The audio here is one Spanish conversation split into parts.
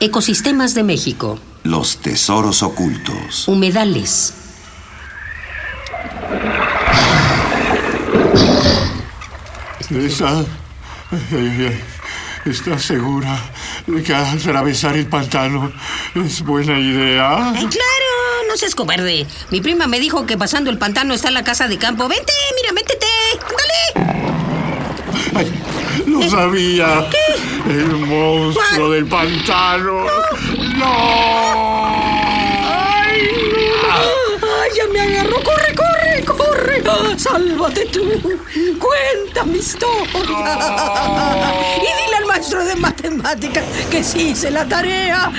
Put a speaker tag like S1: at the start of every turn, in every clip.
S1: Ecosistemas de México.
S2: Los tesoros ocultos.
S1: Humedales.
S3: ¿Está, eh, está segura de que atravesar el pantano es buena idea?
S1: ¡Ay, claro! No seas cobarde. Mi prima me dijo que pasando el pantano está la casa de campo. ¡Vente! ¡Mira, métete! ¡Dale!
S3: Ay, ¡Lo sabía! ¡El monstruo del pantano! ¡No!
S1: ¡Ay, ya me agarró! ¡Corre, corre, corre! Ah, ¡Sálvate tú! ¡Cuenta mi historia! Y dile al maestro de matemáticas que sí hice la tarea.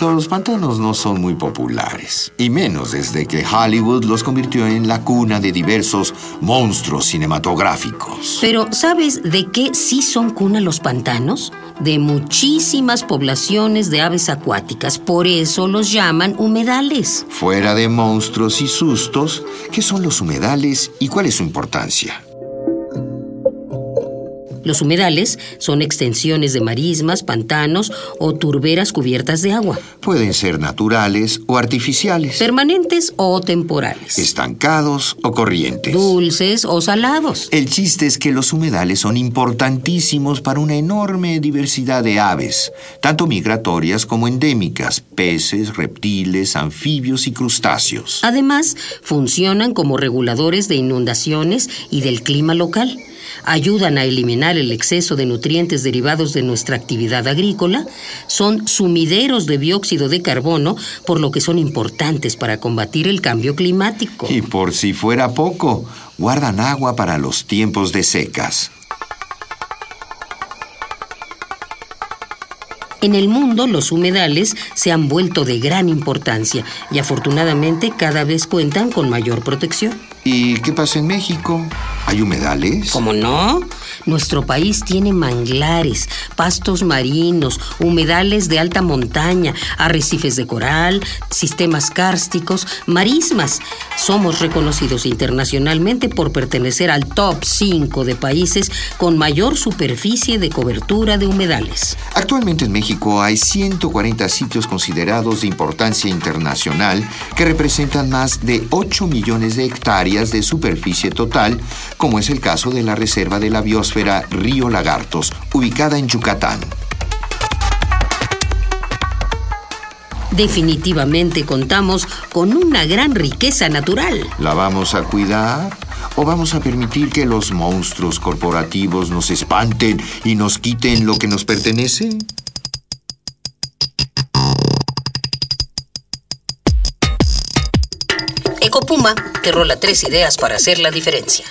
S2: Los pantanos no son muy populares, y menos desde que Hollywood los convirtió en la cuna de diversos monstruos cinematográficos.
S1: Pero ¿sabes de qué sí son cuna los pantanos? De muchísimas poblaciones de aves acuáticas. Por eso los llaman humedales.
S2: Fuera de monstruos y sustos, ¿qué son los humedales y cuál es su importancia?
S1: Los humedales son extensiones de marismas, pantanos o turberas cubiertas de agua,
S2: Pueden ser naturales o artificiales,
S1: permanentes o temporales,
S2: Este estancados o corrientes.
S1: dulces o salados.
S2: El chiste es que los humedales son importantísimos para una enorme diversidad de aves, tanto migratorias como endémicas, peces, reptiles, anfibios y crustáceos.
S1: Además, funcionan como reguladores de inundaciones y del clima local. Ayudan a eliminar el exceso de nutrientes derivados de nuestra actividad agrícola, son sumideros de dióxido de carbono, por lo que son importantes para combatir el cambio climático.
S2: Y por si fuera poco, guardan agua para los tiempos de secas.
S1: En el mundo, los humedales se han vuelto de gran importancia y afortunadamente cada vez cuentan con mayor protección.
S2: ¿Y qué pasa en México? ¿Hay humedales?
S1: ¿Cómo no? Nuestro país tiene manglares, pastos marinos, humedales de alta montaña, arrecifes de coral, sistemas kársticos, marismas. Somos reconocidos internacionalmente por pertenecer al top 5 de países con mayor superficie de cobertura de humedales.
S2: Actualmente en México hay 140 sitios considerados de importancia internacional que representan más de 8 millones de hectáreas de superficie total, como es el caso de la Reserva de la Biosfera Río Lagartos, ubicada en Yucatán.
S1: Definitivamente contamos con una gran riqueza natural.
S2: ¿La vamos a cuidar? ¿O vamos a permitir que los monstruos corporativos nos espanten y nos quiten lo que nos pertenece?
S1: Ecopuma te rola tres ideas para hacer la diferencia.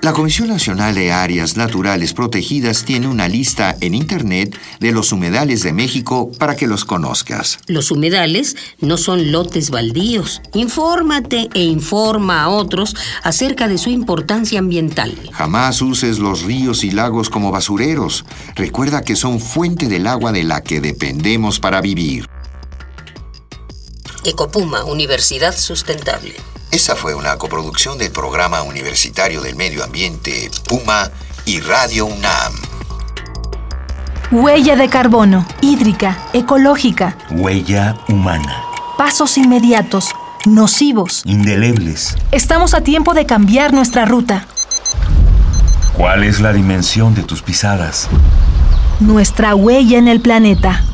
S2: La Comisión Nacional de Áreas Naturales Protegidas tiene una lista en Internet de los humedales de México para que los conozcas.
S1: Los humedales no son lotes baldíos. Infórmate e informa a otros acerca de su importancia ambiental.
S2: Jamás uses los ríos y lagos como basureros. Recuerda que son fuente del agua de la que dependemos para vivir.
S1: Ecopuma, Universidad Sustentable.
S2: Esa fue una coproducción del Programa Universitario del Medio Ambiente, Puma y Radio UNAM.
S4: Huella de carbono. Hídrica, ecológica.
S5: Huella humana.
S4: Pasos inmediatos. Nocivos.
S5: Indelebles.
S4: Estamos a tiempo de cambiar nuestra ruta.
S5: ¿Cuál es la dimensión de tus pisadas?
S4: Nuestra huella en el planeta.